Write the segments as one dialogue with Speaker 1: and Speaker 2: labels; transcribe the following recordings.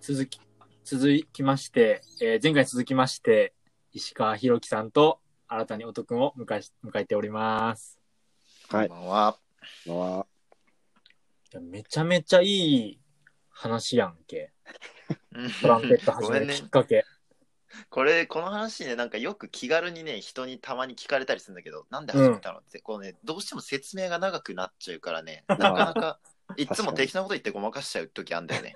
Speaker 1: 続き、続きまして、えー前回に続きまして、石川博樹さんと新たに音くんを迎えし、迎えております。
Speaker 2: はい
Speaker 3: こんばんは。
Speaker 2: わ
Speaker 1: いやめちゃめちゃいい話やんけ。トランペット始
Speaker 3: ご
Speaker 1: め
Speaker 3: めん
Speaker 1: る
Speaker 3: ね
Speaker 1: きっ。かけ。
Speaker 3: これ、この話ね、なんかよく気軽にね、人にたまに聞かれたりするんだけど、なんで始めたのって、こうね、どうしても説明が長くなっちゃうから ね、なかなか、いつも適当なこと言ってごまかしちゃう時あんだよね。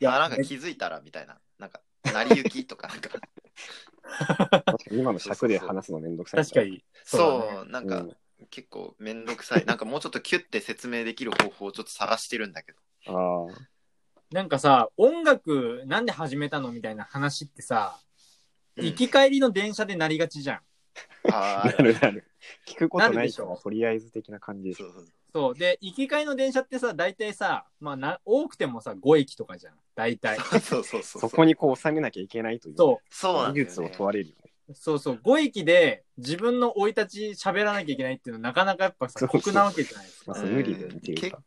Speaker 1: い
Speaker 3: あなんか
Speaker 1: め
Speaker 3: 気づいたらみたいな、なんか、成り行きとか、な んか、
Speaker 2: 確かに今の尺で話すのめんどくさい。
Speaker 1: 確か。に。
Speaker 3: そう
Speaker 1: だね、
Speaker 3: なん
Speaker 2: う
Speaker 3: か
Speaker 2: ん、
Speaker 3: 結構めんどくさい。なんかもうちょっとキュッて説明できる方法をちょっと探してるんだけど。
Speaker 2: あ
Speaker 1: なんかさ、音楽なんで始めたのみたいな話ってさ、
Speaker 3: うん
Speaker 1: 行き帰りの電車でなりがちじゃん。
Speaker 3: あ
Speaker 2: あ。な
Speaker 3: ー
Speaker 2: るなる。聞くこと
Speaker 1: な
Speaker 2: な
Speaker 1: るで
Speaker 2: い
Speaker 1: し
Speaker 2: か
Speaker 1: ょ
Speaker 2: ら、とりあえず的な感じでし
Speaker 3: そ
Speaker 2: ょ。
Speaker 3: うそう
Speaker 1: そう。で、行き帰りの電車ってさ、大体さ、まあな、多くてもさ、5駅とかじゃん。大 体。
Speaker 3: そうそうそうそ。
Speaker 2: そうこにこう収めなきゃいけないという。
Speaker 1: そ
Speaker 3: そうなん
Speaker 2: 技
Speaker 3: だよね
Speaker 2: 術を問われるよね。
Speaker 1: う。そうそう。5駅で自分の生い立ち喋らなきゃいけないっていうのはなかなかやっぱ
Speaker 2: そ
Speaker 1: さ、
Speaker 2: うそう
Speaker 1: 酷なわけじゃないです
Speaker 2: ま
Speaker 1: か。
Speaker 2: あ、そう無理でっていうか。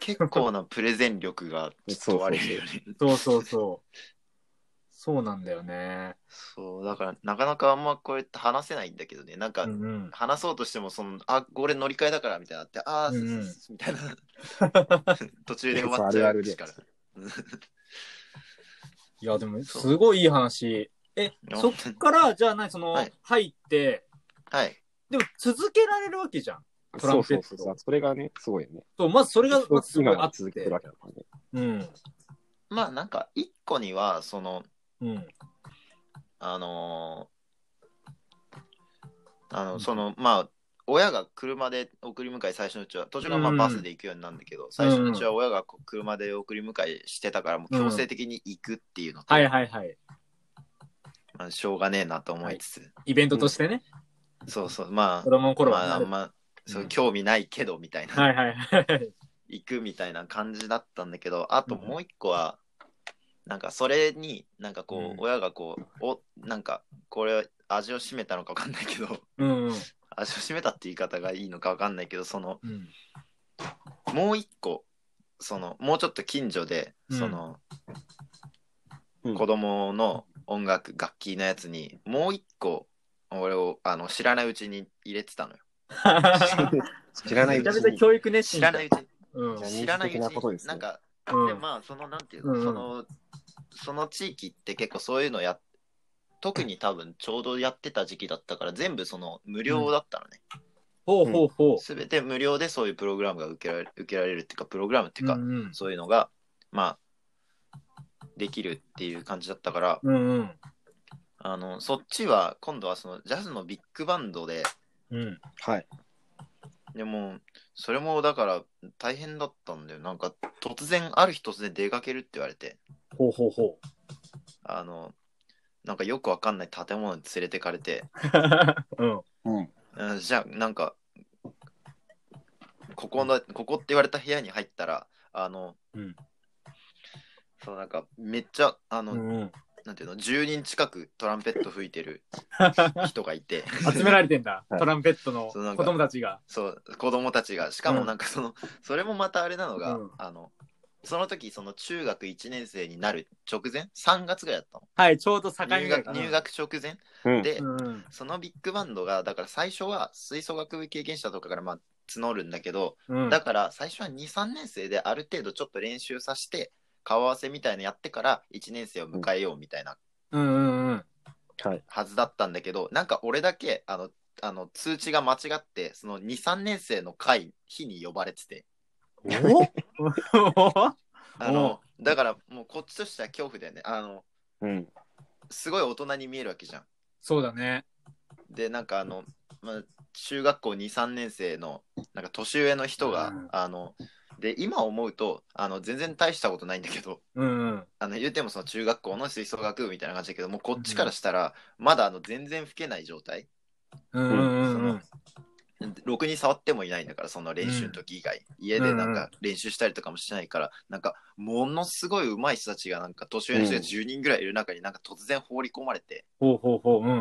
Speaker 3: 結構なプレゼン 力がちょっと問われるよね。
Speaker 1: そうそうそう。そうなんだよね。
Speaker 3: そう、だからなかなかあんまこうやって話せないんだけどね、なんか
Speaker 1: うんうん。
Speaker 3: 話そうとしても、その、あ、これ乗り換えだからみたいになって、ああ、
Speaker 1: うんうん
Speaker 3: すすすみたいな、 途中で終
Speaker 2: 結
Speaker 3: わっ
Speaker 2: 構あ
Speaker 3: ち
Speaker 2: る
Speaker 3: ゃ
Speaker 2: あ
Speaker 3: う
Speaker 2: るで
Speaker 3: から。うん
Speaker 1: いや、でも、すごいいい話。え、そ
Speaker 3: そう
Speaker 1: っから、じゃあ何、その、
Speaker 3: はい
Speaker 1: 入って、
Speaker 3: はい。
Speaker 1: でも続けられるわけじゃん。トラ
Speaker 2: そ
Speaker 1: ン
Speaker 2: う
Speaker 1: ペッ
Speaker 2: そう
Speaker 1: ト
Speaker 2: そう。それがね、すごいよね。
Speaker 1: そう、まずそれが、まずすご
Speaker 2: 今
Speaker 1: いあ
Speaker 2: は
Speaker 1: っ
Speaker 2: 続け
Speaker 1: て
Speaker 2: てる。わけだからね。
Speaker 1: うん。
Speaker 3: まあなんか、一個には、その、
Speaker 1: うん。
Speaker 3: あのーあ
Speaker 1: う
Speaker 3: の、
Speaker 1: ん
Speaker 3: その、まあ、親が車で送り迎え最初のうちは、途中からまあ
Speaker 1: うん
Speaker 3: バスで行くようになるんだけど、最初のうちは親がこう車で送り迎えしてたから、もう強制的に行くっていうのと、
Speaker 1: はいはいはい。
Speaker 3: まあ、しょうがねえなと思いつつ、
Speaker 1: イベントとしてね、
Speaker 3: そうそう、まあ
Speaker 1: 子、供の頃
Speaker 3: ま
Speaker 1: は
Speaker 3: あ、あ
Speaker 1: なる、
Speaker 3: んま、そううん興味ないけどみたいな、
Speaker 1: はいはいはい。
Speaker 3: 行くみたいな感じだったんだけど、あと
Speaker 1: うん
Speaker 3: もう一個は、なんかそれに、なんかこう、
Speaker 1: うん
Speaker 3: 親がこう、お、なんか、これ、味を占めたのか分かんないけど、
Speaker 1: うんうん。
Speaker 3: 味を占めたって言い方がいいのか分かんないけど、その、
Speaker 1: うん。
Speaker 3: もう一個、その、もうちょっと近所で、
Speaker 1: うん
Speaker 3: その、
Speaker 2: うん
Speaker 3: 子供の音楽、楽器のやつに、もう一個、俺をあの知らないうちに入れてたのよ。
Speaker 2: 知らない
Speaker 1: めちゃ
Speaker 2: うち
Speaker 1: めちゃ
Speaker 2: に。
Speaker 1: 教育熱
Speaker 3: 知
Speaker 1: 心
Speaker 3: らないうちに。
Speaker 1: うん。うん
Speaker 2: じゃあ
Speaker 3: 知らないうち
Speaker 2: 認知的なことで
Speaker 3: に
Speaker 2: すね
Speaker 3: なんか、でもまあそのなんていうの、
Speaker 1: うんうん
Speaker 3: そのその地域って結構そういうのや特に多分ちょうどやってた時期だったから全部その無料だったのね、
Speaker 1: ほうほうほう。
Speaker 3: すべ全て無料でそういうプログラムが受けられる受けられるっていうかプログラムっていうか、
Speaker 1: うんうん
Speaker 3: そういうのがまあできるっていう感じだったから
Speaker 1: うんうん。
Speaker 3: あのそっちは今度はそのジャズのビッグバンドで
Speaker 1: うん。
Speaker 2: はい。
Speaker 3: でもそれもだから大変だったんだよなんか突然ある日突然出かけるって言われて
Speaker 1: ほうほうほ
Speaker 3: あの、なんかよくわかんない建物に連れてかれて、
Speaker 1: う。うん。
Speaker 2: うん。
Speaker 3: うんじゃあなんか、ここの、ここって言われた部屋に入ったら、あの、
Speaker 1: うん
Speaker 3: そうなんかめっちゃ、あの、
Speaker 1: うんうん。
Speaker 3: なんていうの、10人近くトランペット吹いて る人がいて、
Speaker 1: 集められてんだ、
Speaker 2: はい
Speaker 1: トランペットの
Speaker 3: そうなん
Speaker 1: 子
Speaker 3: か
Speaker 1: 供たちが。
Speaker 3: そう、子供たちが、しか
Speaker 1: う
Speaker 3: も
Speaker 1: ん
Speaker 3: なんかその、それもまたあれなのが、
Speaker 1: うん
Speaker 3: あの、その時、その中学1年生になる直前、3月ぐらいだったの。
Speaker 1: はい、ちょうど境
Speaker 3: 入
Speaker 1: 目
Speaker 3: 学入学直前
Speaker 2: うん。
Speaker 3: で、
Speaker 1: うんうん。
Speaker 3: そのビッグバンドが、だから最初は吹奏楽部経験者とかからまあ募るんだけど、
Speaker 1: うん。
Speaker 3: だから最初は2、3年生である程度ちょっと練習させて、顔合わせみたいなのやってから1年生を迎えようみたいな
Speaker 1: うんうんうん。
Speaker 2: はい。
Speaker 3: はずだったんだけど、なんか俺だけ、あの、あの通知が間違って、その2、3年生の会、日に呼ばれてて、
Speaker 1: お
Speaker 3: あの、だからもうこっちとしては恐怖だよね。あの、
Speaker 2: うん。
Speaker 3: すごい大人に見えるわけじゃん。
Speaker 1: そうだね。
Speaker 3: でなんかあの、まあ、中学校23年生のなんか年上の人が、
Speaker 1: うん
Speaker 3: あので今思うとあの全然大したことないんだけど
Speaker 1: うんうん。
Speaker 3: あの言うてもその中学校の吹奏楽部みたいな感じだけどもうこっちからしたらまだあの全然吹けない状態、
Speaker 1: うんうんうんうん。
Speaker 3: ろくに触ってもいないんだから、その練習の時以外。家でなんか練習したりとかもしないから、なんか、ものすごい上手い人たちが、なんか、年上の人が10人ぐらいいる中になんか突然放り込まれて、
Speaker 1: ほうほうほう、う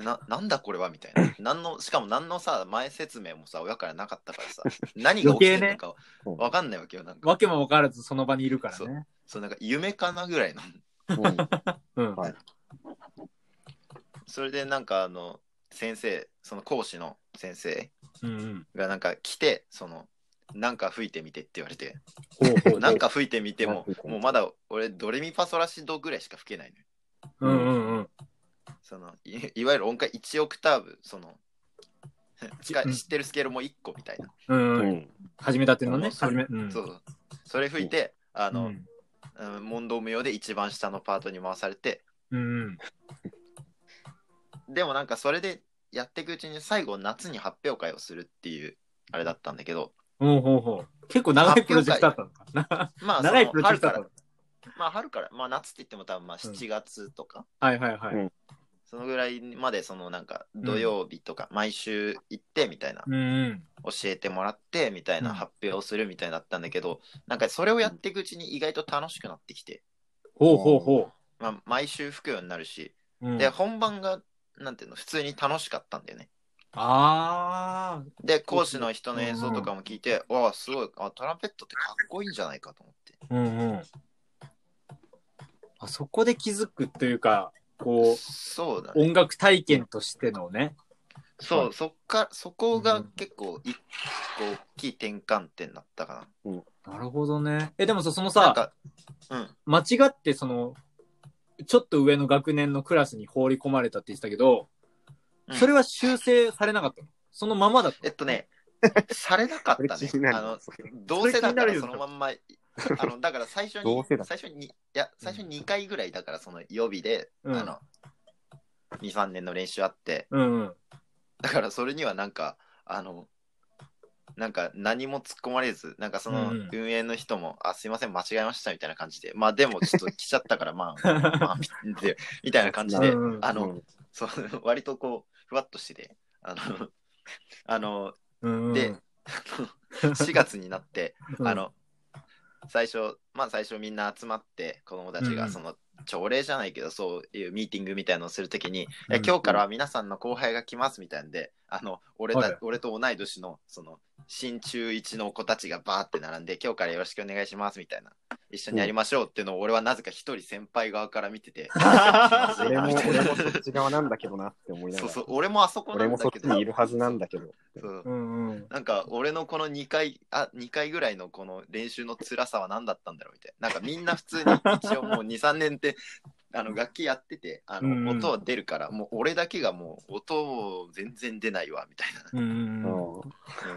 Speaker 1: ん。
Speaker 3: な、なんだこれはみたい な。なんの、しかも何のさ、前説明もさ、親からなかったから さ、何が起きてるのか
Speaker 2: 余計ね
Speaker 3: わかんないわけよ。なんか、
Speaker 1: わけもわからずその場にいるからね。
Speaker 3: そう、なんか夢かなぐらいの。
Speaker 2: うん
Speaker 1: うん。
Speaker 2: はい
Speaker 3: それでなんかあの、先生、その講師の先生
Speaker 1: うんうん。
Speaker 3: がなんか来て、その、なんか吹いてみてって言われて、
Speaker 1: ほうほう。
Speaker 3: なんか吹いてみても
Speaker 2: なんか吹いてみ、て
Speaker 3: もうまだ俺、ドレミファソラシドぐらいしか吹けないのよ。
Speaker 1: うんうんうん。
Speaker 3: そのい、 いわゆる音階1オクターブ、その、使い知ってるスケールも1個みたいな。
Speaker 1: うん
Speaker 2: う
Speaker 1: うん。
Speaker 2: ん
Speaker 1: 始めたてのね。
Speaker 3: そ
Speaker 1: 始
Speaker 3: う
Speaker 1: め。うん。
Speaker 3: そうそう。それ吹いて、あ
Speaker 1: あ
Speaker 3: の、うん問答無用で一番下のパートに回されて、
Speaker 1: うんうん。
Speaker 3: でもなんかそれでやっていくうちに最後夏に発表会をするっていうあれだったんだけど、
Speaker 1: ほうほうほう。結構長いプロジェクトだったのかな。
Speaker 3: まあそ
Speaker 1: 長いプ
Speaker 3: の
Speaker 1: ロジェク
Speaker 3: 春
Speaker 1: ト
Speaker 3: か
Speaker 1: だった
Speaker 3: ら
Speaker 1: の、。
Speaker 3: まあ春から、まあ夏って言っても多分まあ
Speaker 1: うん
Speaker 3: 7月とか、
Speaker 1: はいはいはい。
Speaker 3: そのぐらいまでそのなんか土曜日とか毎週行ってみたいな、
Speaker 1: うんうん。
Speaker 3: 教えてもらってみたいな
Speaker 1: うん
Speaker 3: 発表をするみたいだったんだけど、なんかそれをやっていくうちに意外と楽しくなってきて、
Speaker 1: ほうほうほ
Speaker 3: まあ毎週吹くようになるし、
Speaker 1: う。うん、
Speaker 3: で、本番が、なんていうの、普通に楽しかったんだよね。
Speaker 1: ああ、
Speaker 3: で、講師の人の演奏とかも聞いて、わあ、すごい、あ、トランペットってかっこいいんじゃないかと思って。
Speaker 1: うんうん。あそこで気づくというか、こ
Speaker 3: そうだ
Speaker 1: う、
Speaker 3: ね。
Speaker 1: 音楽体験としてのね。
Speaker 3: そう、そっから、そこ
Speaker 1: う
Speaker 3: が
Speaker 1: ん
Speaker 3: 結構一個大きい転換点だったかな。
Speaker 1: なるほどね。え、でもさ、その
Speaker 3: なん
Speaker 1: さ、
Speaker 3: か、うん、
Speaker 1: 間違ってその、ちょっと上の学年のクラスに放り込まれたって言ってたけど、
Speaker 3: うん
Speaker 1: それは修正されなかったのそのままだったの
Speaker 3: えっとね、 されなかった
Speaker 2: それ
Speaker 3: ね
Speaker 2: 気にな。る
Speaker 3: あの、どうせだか
Speaker 1: それ気にな
Speaker 3: ら
Speaker 1: るよ
Speaker 3: そのまんま、あの、だから最初
Speaker 2: どう
Speaker 3: に
Speaker 2: せだ、
Speaker 3: 最初に、いや、最初に2回ぐらいだから、その予備で、
Speaker 1: うん
Speaker 3: あの、2、3年の練習あって、
Speaker 1: うんうん。
Speaker 3: だからそれにはなんか、あの、なんか何も突っ込まれず、なんかその
Speaker 1: うん
Speaker 3: 運営の人も、あ、すいません、間違えましたみたいな感じで、まあでもちょっと来ちゃったから、 まあ、まあ、みでみたいな感じで、
Speaker 1: うんうん
Speaker 3: あ
Speaker 2: う
Speaker 3: の、
Speaker 2: ん
Speaker 3: そう割とこう、ふわっとしてて、あの、あの、
Speaker 1: うんうん、
Speaker 3: で、4月になって、
Speaker 1: うん
Speaker 3: あ、の、最初、まあ最初みんな集まって、子供たち
Speaker 1: う
Speaker 3: が
Speaker 1: ん
Speaker 3: その、朝礼じゃないけど、そういうミーティングみたいのをするときに、
Speaker 1: うん
Speaker 3: いや今日からは皆さんの後輩が来ますみたいんで、あの、俺
Speaker 1: はい
Speaker 3: た俺と同い年の、その、新中一の子たちがバーって並んで、今日からよろしくお願いしますみたいな、一緒にやりましょうっていうのを、俺はなぜか一人先輩側から見 てて、
Speaker 2: それも
Speaker 3: みたい
Speaker 2: 俺
Speaker 3: な
Speaker 2: もそっち側なんだけどなって思いなが
Speaker 3: そう
Speaker 2: ら。
Speaker 3: そう、俺もあそこな
Speaker 2: 俺
Speaker 3: ん
Speaker 2: もそ
Speaker 3: だ
Speaker 2: っ
Speaker 3: け
Speaker 2: ち
Speaker 3: ど、
Speaker 2: にいるはずなんだけど。
Speaker 3: そう
Speaker 1: うんうん、
Speaker 3: なんか俺のこの2回あ2回ぐらいのこの練習の辛さは何だったんだろうみたいななんかみんな普通に一応もう23年ってあの楽器やっててあ
Speaker 1: うん
Speaker 3: の音は出るから、もう俺だけがもう音を全然出ないわみたい
Speaker 1: うんうんうん。
Speaker 2: うん
Speaker 3: な、う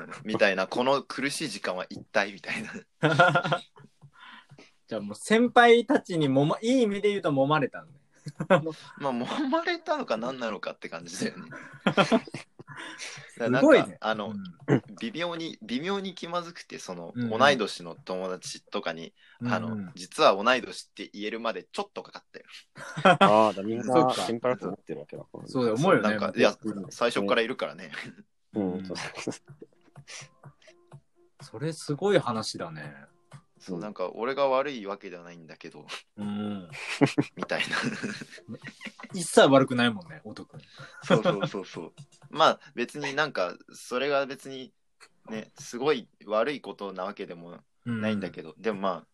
Speaker 3: んみたいなこの苦しい時間は一体みたいな
Speaker 1: じゃあもう先輩たちにもま、いい意味で言うと揉まれたんね。
Speaker 3: まあもうまれたのか何なのかって感じだ よねだから
Speaker 1: すごいね
Speaker 3: なんかあの、微妙に微妙に気まずくてその、
Speaker 1: うん
Speaker 3: 同い年の友達とかにあの、
Speaker 1: うん
Speaker 3: 実は同い年って言えるまでちょっとかかったよ。
Speaker 2: ああ、だみん
Speaker 1: そう
Speaker 2: な
Speaker 1: か
Speaker 2: 先輩だと思ってるわけだからね。
Speaker 1: そうだよ、思うよね。
Speaker 3: なんか、いや
Speaker 2: うん、
Speaker 3: 最初からいるからね。
Speaker 2: うん、そうそうそう
Speaker 1: それすごい話だね。
Speaker 3: そう、なんか、俺が悪いわけではないんだけ ど、
Speaker 1: うん。
Speaker 3: みたいな。
Speaker 1: 一切悪くないもんね、おとくん。
Speaker 3: そうそうそうそう。 まあ、別になんか、それが別に、ね、すごい悪いことなわけでも
Speaker 1: う
Speaker 3: ないんだけど、でもま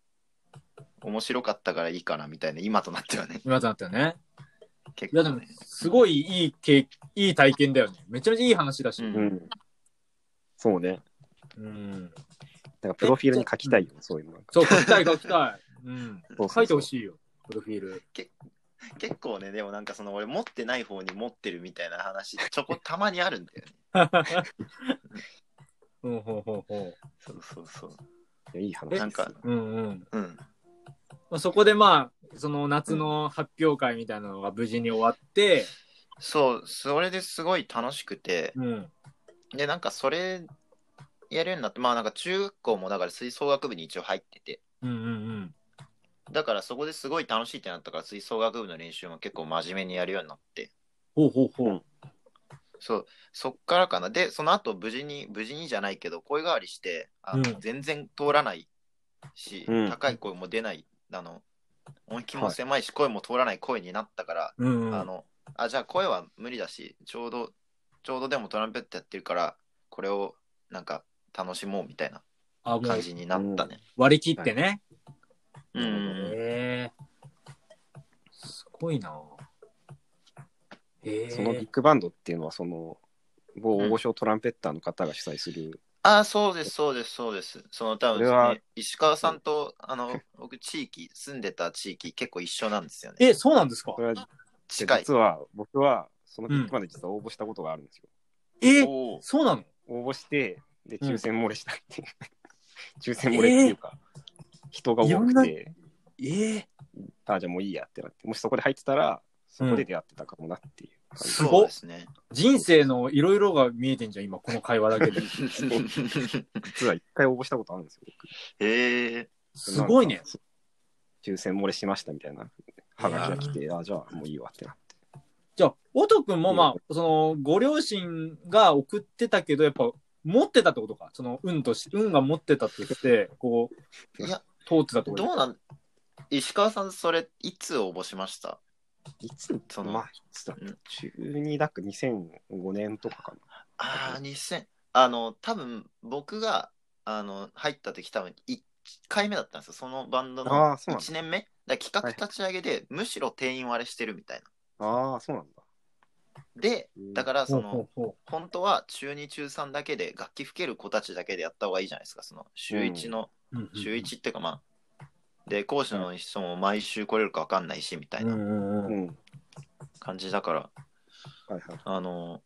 Speaker 3: あ、面白かったからいいかな、みたいな、今となってはね。
Speaker 1: 今となったよね。
Speaker 3: 結
Speaker 1: いや、で
Speaker 3: 構
Speaker 1: も
Speaker 3: ね。、
Speaker 1: すごいいい経、いい体験だよね。めちゃめちゃいい話だし。
Speaker 3: うん
Speaker 2: うん。そうね。
Speaker 1: うん。
Speaker 2: なんかプロフィールに書きたいよ、そういうのなんか。
Speaker 1: そう、書きたい、書きたい。うん。
Speaker 2: そうそうそう
Speaker 1: 書いてほしいよ、プロフィール。
Speaker 3: 結構ね、でもなんかその、俺持ってない方に持ってるみたいな話、ちょこたまにあるんだよね。
Speaker 1: うん、ほうほうほ
Speaker 3: そうそうそう。
Speaker 2: いやいい話。
Speaker 3: なんか、
Speaker 1: う。うんうん。
Speaker 3: うん。
Speaker 1: まあ、そこでまあ、その夏の発表会みたいなのが無事に終わって、
Speaker 3: そう、それですごい楽しくて、
Speaker 1: うん。
Speaker 3: で、なんかそれやるようになって、まあなんか中学校もだから吹奏楽部に一応入ってて、
Speaker 1: うんうん
Speaker 3: だからそこですごい楽しいってなったから吹奏楽部の練習も結構真面目にやるようになって、
Speaker 1: うん。ほうほうほう。
Speaker 3: そう、そっからかな。で、その後、無事に、無事にじゃないけど、声変わりして、あの
Speaker 1: うん
Speaker 3: 全然通らないし、
Speaker 2: うん
Speaker 3: 高い声も出ない、あの、音域も狭いし、声も通らない声になったから、
Speaker 1: うんうん。
Speaker 3: あの、あ、じゃあ声は無理だし、ちょうど、ちょうどでもトランペットやってるから、これを、なんか、楽しもうみたいな
Speaker 1: あ、もう
Speaker 3: 感じになったね。
Speaker 1: 割り切ってね。
Speaker 3: うん。うん
Speaker 1: へえ。すごいなへえ。
Speaker 2: そのビッグバンドっていうのは、その、某大御所トランペッターの方が主催する、
Speaker 3: あ、そうです、そうです、そうです。その多分、
Speaker 2: これは
Speaker 3: ね、石川さんと、あの、僕、地域、住んでた地域、結構一緒なんですよね。
Speaker 1: え、そうなんですか
Speaker 2: これは、
Speaker 3: 近い。
Speaker 2: 実は、僕は、そのビッグバンド実は応募したことがあるんですよ。
Speaker 1: え、
Speaker 3: おー
Speaker 1: そうなの
Speaker 2: 応募して、で、
Speaker 1: うん
Speaker 2: 抽選漏れしたっていう。抽選漏れっていうか、人が
Speaker 1: い
Speaker 2: 多
Speaker 1: ろん
Speaker 2: く
Speaker 1: な
Speaker 2: て、
Speaker 1: ええ。
Speaker 2: あ、じゃあもういいやってなって、もしそこで入ってたら、そこで出会ってたかもなっていう感じ。
Speaker 1: す
Speaker 3: そう
Speaker 1: ごっ
Speaker 3: です ね。
Speaker 1: 人生のいろいろが見えてんじゃん、今、この会話 だけで。
Speaker 2: 実は一回応募したことあるんですよ、僕。
Speaker 3: へえ。
Speaker 1: すごいね。。
Speaker 2: 抽選漏れしましたみたいな、はがきが来て、あ、じゃあもういいわってなって。
Speaker 1: じゃあ、音くんも、まあ、その、ご両親が送ってたけど、やっぱ、持ってたってことか。その、運とし、運が持ってたとして、こう、
Speaker 3: いや、
Speaker 1: 通ってたってこと
Speaker 3: どうなん石川さん、それ、いつ応募しました
Speaker 2: いつ、
Speaker 3: その
Speaker 2: まあ、いつだった
Speaker 3: うん
Speaker 2: 中2だく2005年とかか
Speaker 3: ああ、2000。あの、多分、僕が、あの、入った時、多分、1回目だったんですよ。そのバンド
Speaker 2: な。
Speaker 3: の
Speaker 2: ああ、そうなんだ
Speaker 3: 1。年目。だから企画立ち上げで、むしろ定員割れしてるみたいな。
Speaker 2: ああ、そうなんだ。
Speaker 3: で、だから、その、
Speaker 1: ほうほうほ
Speaker 3: 本当は中2中3だけで楽器吹ける子たちだけでやった方がいいじゃないですかその週1の、
Speaker 1: ううんうん
Speaker 3: 週1っていうかまあで講師の人も毎週来れるか分かんないしみたい
Speaker 1: うん
Speaker 3: な
Speaker 1: うん
Speaker 2: う
Speaker 1: うん。
Speaker 2: ん。
Speaker 3: 感じだから、
Speaker 2: はいはい。
Speaker 3: あの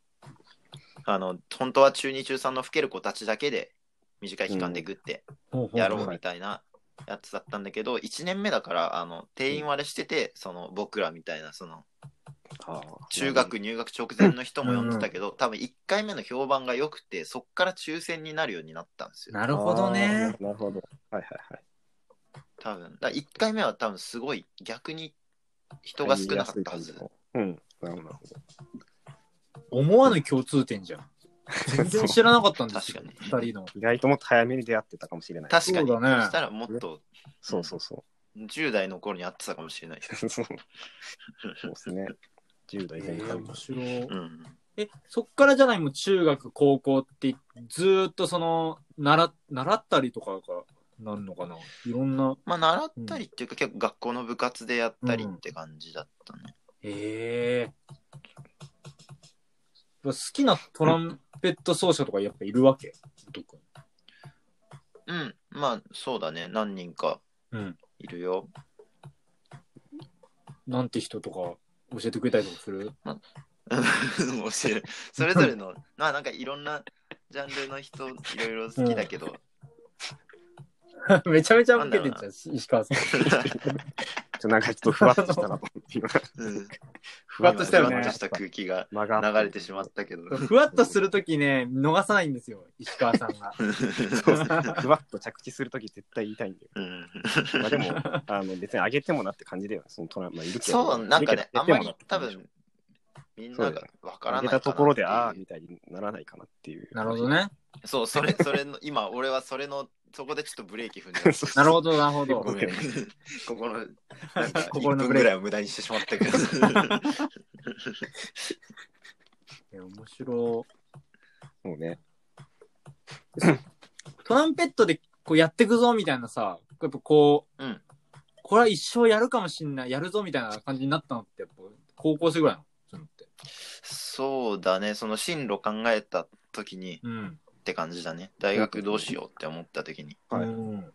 Speaker 3: あの本当は中2中3の吹ける子たちだけで短い期間でグッて
Speaker 1: ほうほほ
Speaker 3: やろ
Speaker 2: ん
Speaker 3: うみたいなやつだったんだけど、1年目だからあの定員割れしててその僕らみたいなその
Speaker 2: ああ
Speaker 3: 中学入学直前の人も呼んでたけど、多分1回目の評判が良くてそっから抽選になるようになったんですよ
Speaker 1: なるほどね。
Speaker 2: あーなるほど。はいはいはい。
Speaker 3: 多分だ1回目は多分すごい逆に人が少なかったは
Speaker 2: 入りやすい感じ
Speaker 3: ず
Speaker 2: のうん。なるほどなるほど。
Speaker 1: 思わぬ共通点じゃん。全然知らなかったんですよ、
Speaker 3: そう確かに
Speaker 1: 二人の。
Speaker 2: 意外ともっと早めに出会ってたかもしれない。
Speaker 3: 確かに
Speaker 1: そうだね
Speaker 3: したらもっと
Speaker 2: そうそうそ
Speaker 3: 10代の頃に会ってたかもしれない、
Speaker 2: う。 そうですね。10代前半。
Speaker 1: 面白い。
Speaker 3: うん、
Speaker 1: え、そっからじゃないもう中学、高校って、ずーっとその、習っ、習ったりとかが、なるのかないろんな。
Speaker 3: まあ習ったりっていうか、結構学校の部活でやったりって感じだったね、
Speaker 1: ええ好きなトランペット奏者とかやっぱいるわけ男
Speaker 3: うん、まあそうだね何人か
Speaker 1: うん。
Speaker 3: いるよ
Speaker 1: なんて人とか教えてくれたりとかする
Speaker 3: うん面白いそれぞれのまあなんかいろんなジャンルの人いろいろ好きだけど、
Speaker 1: めちゃめちゃ受けてんじゃん、石川さん。
Speaker 2: ちょなんかちょっとふわっとしたなと思って、今
Speaker 3: うん
Speaker 2: ふ
Speaker 1: わっとしたよね
Speaker 3: ふわっとした空気が
Speaker 2: 間があった
Speaker 3: 流れてしまったけど
Speaker 1: ふわっとするときね、逃さないんですよ、石川 さんが。
Speaker 2: ふわっと着地するとき絶対言いたい んだよ。
Speaker 3: うん
Speaker 2: まあでも、あの別にあげてもなって感じだよね。そのトランまあ、いるけど
Speaker 3: そう、なんかね、あんまり
Speaker 2: い
Speaker 3: 多。
Speaker 2: るけど
Speaker 3: 分、みん
Speaker 2: そ
Speaker 3: な
Speaker 2: うだ
Speaker 3: が
Speaker 2: よ
Speaker 3: わか
Speaker 2: あ
Speaker 3: ら
Speaker 2: げ
Speaker 3: な
Speaker 2: た
Speaker 3: いかなってい
Speaker 2: と
Speaker 3: う
Speaker 2: ころで、ああ、みたいにならないかなっていう。
Speaker 1: なるほど。ね。
Speaker 3: そう、それ、それの、今、俺はそれの、そこでちょっとブレーキ踏んじゃっ
Speaker 1: なるほど、なるほ
Speaker 3: た。ご
Speaker 1: ど。
Speaker 3: めん。ここの、なんか、
Speaker 1: 心の
Speaker 3: 1
Speaker 1: ブ
Speaker 3: 分
Speaker 1: レーキ
Speaker 3: ぐらいは無駄にしてしまったけど。
Speaker 1: え面白
Speaker 2: そうね。
Speaker 1: い。トランペットでこうやってくぞみたいなさ、やっぱこう、
Speaker 3: うん
Speaker 1: これは一生やるかもしんない、やるぞみたいな感じになったのって、やっぱ高校生ぐらいのそういうのって。
Speaker 3: そうだね、その進路考えた時に
Speaker 1: うん。
Speaker 3: って感じだね。大学どうしようって思った時に。
Speaker 2: はい
Speaker 1: うん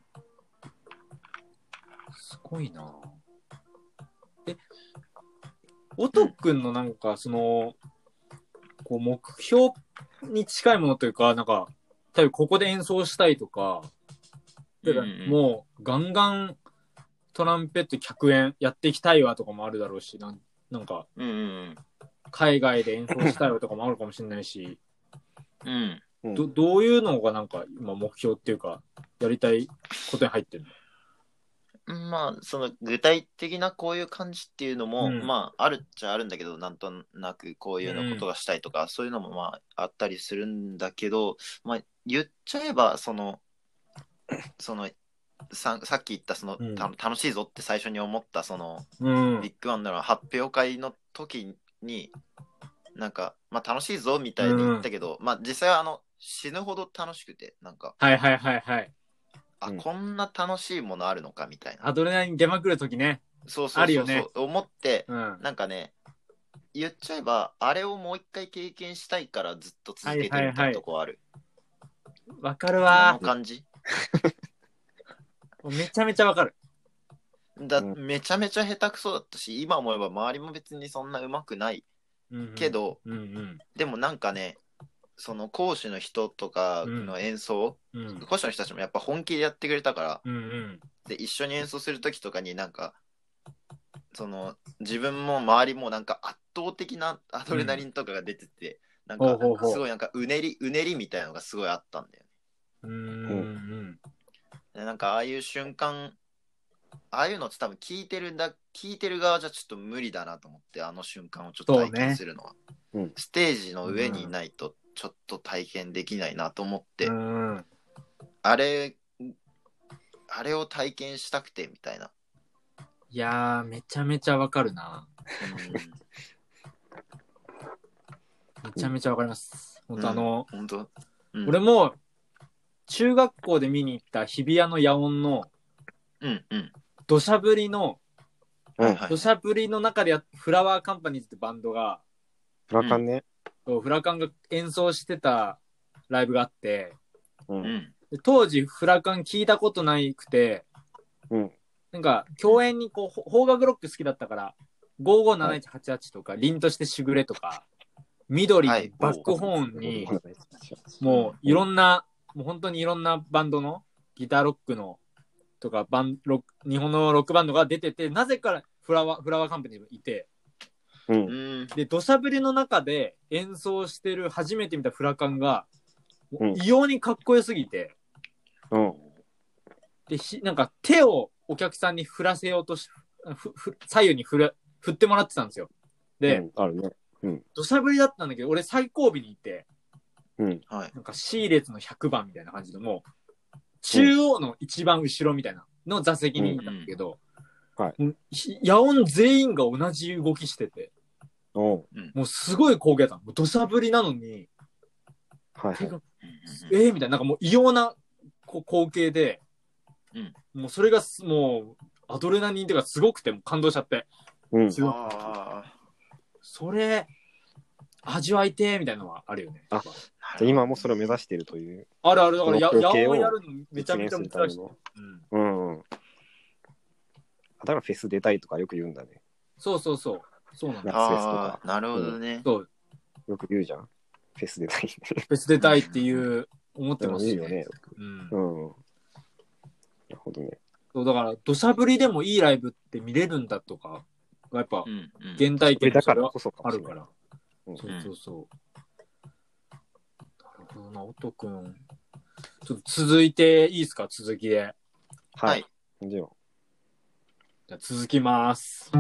Speaker 1: すごいなえ、おとくんのなんか、その、こう、目標に近いものというか、なんか、例えばここで演奏したいとか、
Speaker 3: うんうん
Speaker 1: もう、ガンガントランペット客演やっていきたいわとかもあるだろうし、なんなんか、
Speaker 3: うんうん
Speaker 1: 海外で演奏したいわとかもあるかもしれないし、
Speaker 3: うん。うん。
Speaker 2: うん
Speaker 1: どどういうのがなんか今目標っていうか、やりたいことに入ってるの
Speaker 3: まあ、その具体的なこういう感じっていうのも、
Speaker 1: うん
Speaker 3: まあ、あるっちゃあるんだけど、なんとなくこういうのことがしたいとか、そういうのもまあ、あったりするんだけど、まあ、言っちゃえば、その、その、ささっき言ったその、
Speaker 1: うん
Speaker 3: た楽しいぞって最初に思ったその
Speaker 1: うん
Speaker 3: ビッグワンの発表会の時になんか、まあ、楽しいぞみたいに言ったけど、まあ実際はあの死ぬほど楽しくてなんか
Speaker 1: はいはいはいはい。
Speaker 3: あ、
Speaker 2: うん
Speaker 3: こんな楽しいものあるのかみたいな
Speaker 1: アドレナリン出まくるときね。
Speaker 3: そうそうそうそう
Speaker 1: あるよね
Speaker 3: 思って、
Speaker 1: うん。
Speaker 3: なんかね、言っちゃえば、あれをもう一回経験したいからずっと続けて
Speaker 1: はいはいは
Speaker 3: る
Speaker 1: い
Speaker 3: みたいなとこある。
Speaker 1: わかる
Speaker 3: あ
Speaker 1: わ
Speaker 3: の感じ
Speaker 1: めちゃめちゃわかる。
Speaker 3: だ、
Speaker 2: う
Speaker 3: めちゃめちゃ下手くそだったし、今思えば周りも別にそんな上手くない
Speaker 1: うんうん
Speaker 3: け。ど、
Speaker 1: うん
Speaker 3: でもなんかね、その講師の人とかの演奏、
Speaker 1: うん。うん。
Speaker 3: 講師の人たちもやっぱ本気でやってくれたから、
Speaker 1: うんうん。
Speaker 3: で一緒に演奏する時とかになんかその自分も周りもなんか圧倒的なアドレナリンとかが出てて、な
Speaker 1: ほうんほう
Speaker 3: か
Speaker 1: ほう
Speaker 3: すごいなんかうねりうねりみたいなのがすごいあったんだよ
Speaker 1: うんうん
Speaker 3: ねでなんかああいう瞬間ああいうのって多分聞いてるんだ聞いてる側じゃちょっと無理だなと思ってあの瞬間をちょっと体
Speaker 1: そうね
Speaker 3: 験するのは、
Speaker 2: うん
Speaker 3: ステージの上にいないとちょっと体験できないなと思って、
Speaker 1: うん。うん
Speaker 3: あれあれを体験したくてみたいな、
Speaker 1: いやー、めちゃめちゃわかるな。めちゃめちゃわかります。本当あの、
Speaker 3: うん、本当、うん、
Speaker 1: 俺も、中学校で見に行った日比谷の野音の
Speaker 3: うんうん。
Speaker 1: 土砂降りの、
Speaker 2: うん、
Speaker 3: はい
Speaker 1: 土砂降りの中でやフラワーカンパニーズってバンドが、
Speaker 2: プラカンね。
Speaker 1: そうフラカンが演奏してたライブがあって、
Speaker 2: うん。
Speaker 3: う
Speaker 2: うん
Speaker 3: ん。
Speaker 1: で当時フラカン聞いたことないくて、
Speaker 2: うん
Speaker 1: なんか共演にこうほ邦楽ロック好きだったから557188とか、凛としてしぐれとか緑、
Speaker 3: はい
Speaker 1: バックホーンに
Speaker 3: う
Speaker 1: もういろんな、もう本当にいろんなバンドのギターロックのとかバンロック日本のロックバンドが出ててなぜかフラワーフラワーカンパニーにいて
Speaker 2: う。
Speaker 3: うんん。
Speaker 1: で土砂降りの中で演奏してる初めて見たフラカンがもう
Speaker 2: うん
Speaker 1: 異様にかっこよすぎて。
Speaker 2: うん。
Speaker 1: でひなんか手をお客さんに振らせようとしふふ左右に振る振ってもらってたんですよで、
Speaker 2: うんあるね。
Speaker 1: 土砂降りだったんだけど俺最後尾にいて
Speaker 2: うん。
Speaker 3: はい。
Speaker 1: なんか C 列の100番みたいな感じのもう中央の一番後ろみたいなの座席にいたんだけど、
Speaker 2: うんはい
Speaker 1: もうひ野音全員が同じ動きしてて
Speaker 2: おう
Speaker 1: もうすごい光景だったもう土砂降りなのに
Speaker 2: はい
Speaker 1: 手
Speaker 2: はい。
Speaker 1: が
Speaker 3: うん
Speaker 1: えー、みたいななんかもう異様なこう光景で、
Speaker 3: うん
Speaker 1: もうそれがすもうアドレナリンというかすごくてもう感動しちゃって
Speaker 2: うん。
Speaker 1: 違う
Speaker 3: ああ。
Speaker 1: それ、味わいてーみたいなのはあるよね。
Speaker 2: あじゃあ今もそれを目指してるという。
Speaker 1: あるある、だからや、
Speaker 2: その
Speaker 1: や
Speaker 2: 風景を
Speaker 1: をやるのめちゃめちゃ
Speaker 2: 実現するた
Speaker 1: 難
Speaker 2: め
Speaker 1: しい。
Speaker 2: の
Speaker 1: うん、
Speaker 2: うんうん。あだからフェス出たいとかよく言うんだね。
Speaker 1: そうそうそう。そうなんだ。
Speaker 2: 夏フェスとか
Speaker 3: あ。あ、なるほどね。
Speaker 1: そう、
Speaker 2: よく言うじゃん。フェス出たい。
Speaker 1: フェス出たいっていう、思って
Speaker 2: で
Speaker 1: ま
Speaker 2: も
Speaker 1: す
Speaker 2: いい
Speaker 1: し
Speaker 2: よね。
Speaker 1: うん
Speaker 2: う。ん。なるほどね。
Speaker 1: そう、だから、土砂降りでもいいライブって見れるんだとか、やっぱ
Speaker 3: う、ん。うん
Speaker 1: 現代
Speaker 2: それ
Speaker 1: 験
Speaker 2: だ
Speaker 1: そ
Speaker 2: か
Speaker 1: れ
Speaker 2: ら
Speaker 1: は
Speaker 2: こそか
Speaker 1: あ
Speaker 2: もし
Speaker 1: る
Speaker 2: れな
Speaker 1: か
Speaker 2: い。
Speaker 1: ら。
Speaker 2: うん
Speaker 1: そうそうそう。なるほどな、おとくん。ちょっと続いていいですか、続きで。
Speaker 3: はい。。
Speaker 2: もちろん。
Speaker 1: じゃあ続きます。